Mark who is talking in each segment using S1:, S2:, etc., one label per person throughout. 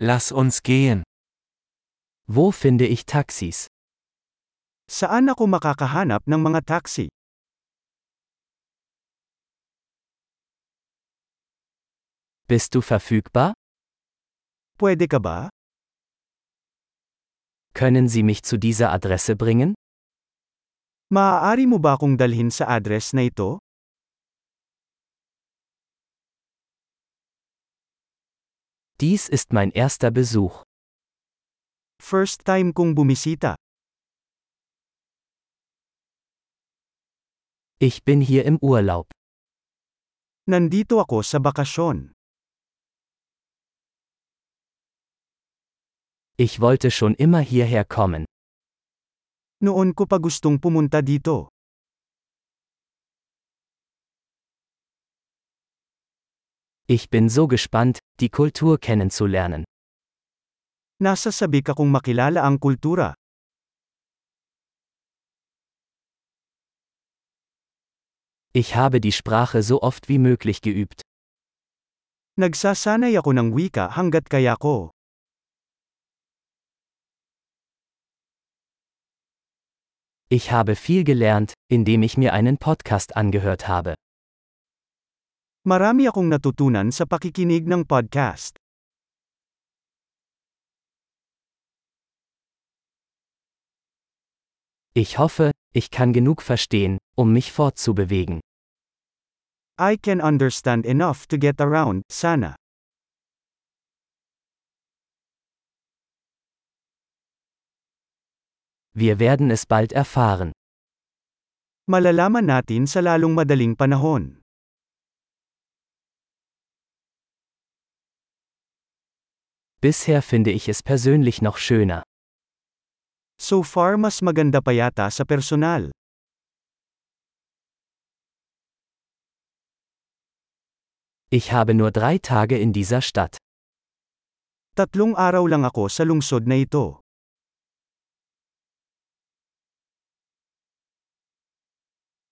S1: Lass uns gehen. Wo finde ich Taxis?
S2: Saan ako makakahanap ng mga taxi?
S1: Bist du verfügbar?
S2: Pwede ka ba?
S1: Können Sie mich zu dieser Adresse bringen?
S2: Maaari mo ba akong dalhin sa address na ito?
S1: Dies ist mein erster Besuch.
S2: First time kong bumisita.
S1: Ich bin hier im Urlaub.
S2: Nandito ako sa bakasyon.
S1: Ich wollte schon immer hierher kommen.
S2: Noon ko pa gustong pumunta dito.
S1: Ich bin so gespannt, die Kultur kennenzulernen.
S2: Nasa sabik akong makilala ang kultura.
S1: Ich habe die Sprache so oft wie möglich geübt.
S2: Nagsasanay ako ng wika hanggat kaya ko.
S1: Ich habe viel gelernt, indem ich mir einen Podcast angehört habe.
S2: Marami akong natutunan sa pakikinig ng podcast.
S1: Ich hoffe, ich kann genug verstehen, um mich fortzubewegen.
S2: I can understand enough to get around, sana.
S1: Wir werden es bald erfahren.
S2: Malalaman natin sa lalong madaling panahon.
S1: Bisher finde ich es persönlich noch schöner.
S2: So far mas maganda pa yata sa personal.
S1: Ich habe nur drei Tage in dieser Stadt.
S2: Tatlong araw lang ako sa lungsod na ito.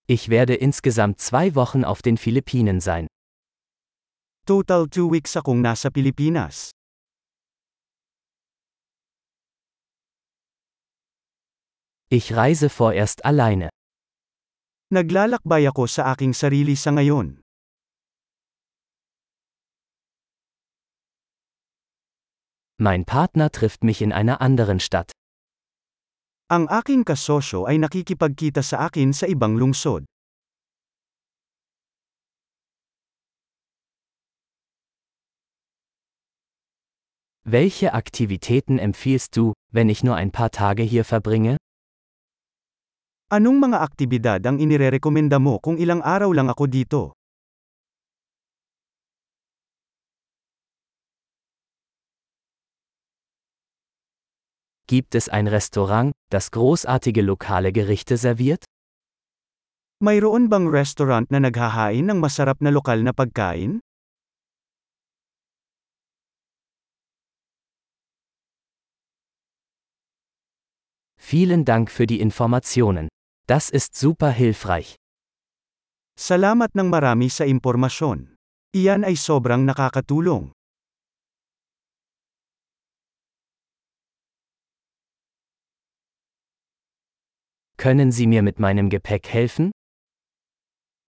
S1: Ich werde insgesamt zwei Wochen auf den Philippinen sein.
S2: Total 2 weeks akong nasa Pilipinas.
S1: Ich reise vorerst alleine.
S2: Naglalakbay ako sa aking sarili sa ngayon.
S1: Mein Partner trifft mich in einer anderen Stadt.
S2: Ang aking kasosyo ay nakikipagkita sa akin sa ibang lungsod.
S1: Welche Aktivitäten empfiehlst du, wenn ich nur ein paar Tage hier verbringe?
S2: Anong mga aktibidad ang inirerekomenda mo kung ilang araw lang ako dito?
S1: Gibt es ein Restaurant, das großartige lokale Gerichte serviert?
S2: Mayroon bang restaurant na naghahain ng masarap na lokal na pagkain?
S1: Vielen Dank für die Informationen. Das ist super hilfreich.
S2: Salamat ng marami sa impormasyon. Iyan ay sobrang nakakatulong.
S1: Können Sie mir mit meinem Gepäck helfen?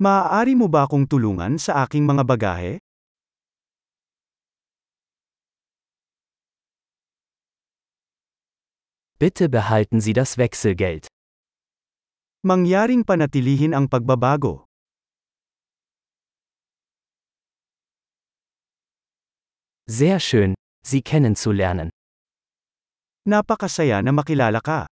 S2: Maaari mo ba akong tulungan sa aking mga bagahe?
S1: Bitte behalten Sie das Wechselgeld.
S2: Mangyaring panatilihin ang pagbabago.
S1: Sehr schön, Sie kennenzulernen.
S2: Napakasaya na makilala ka.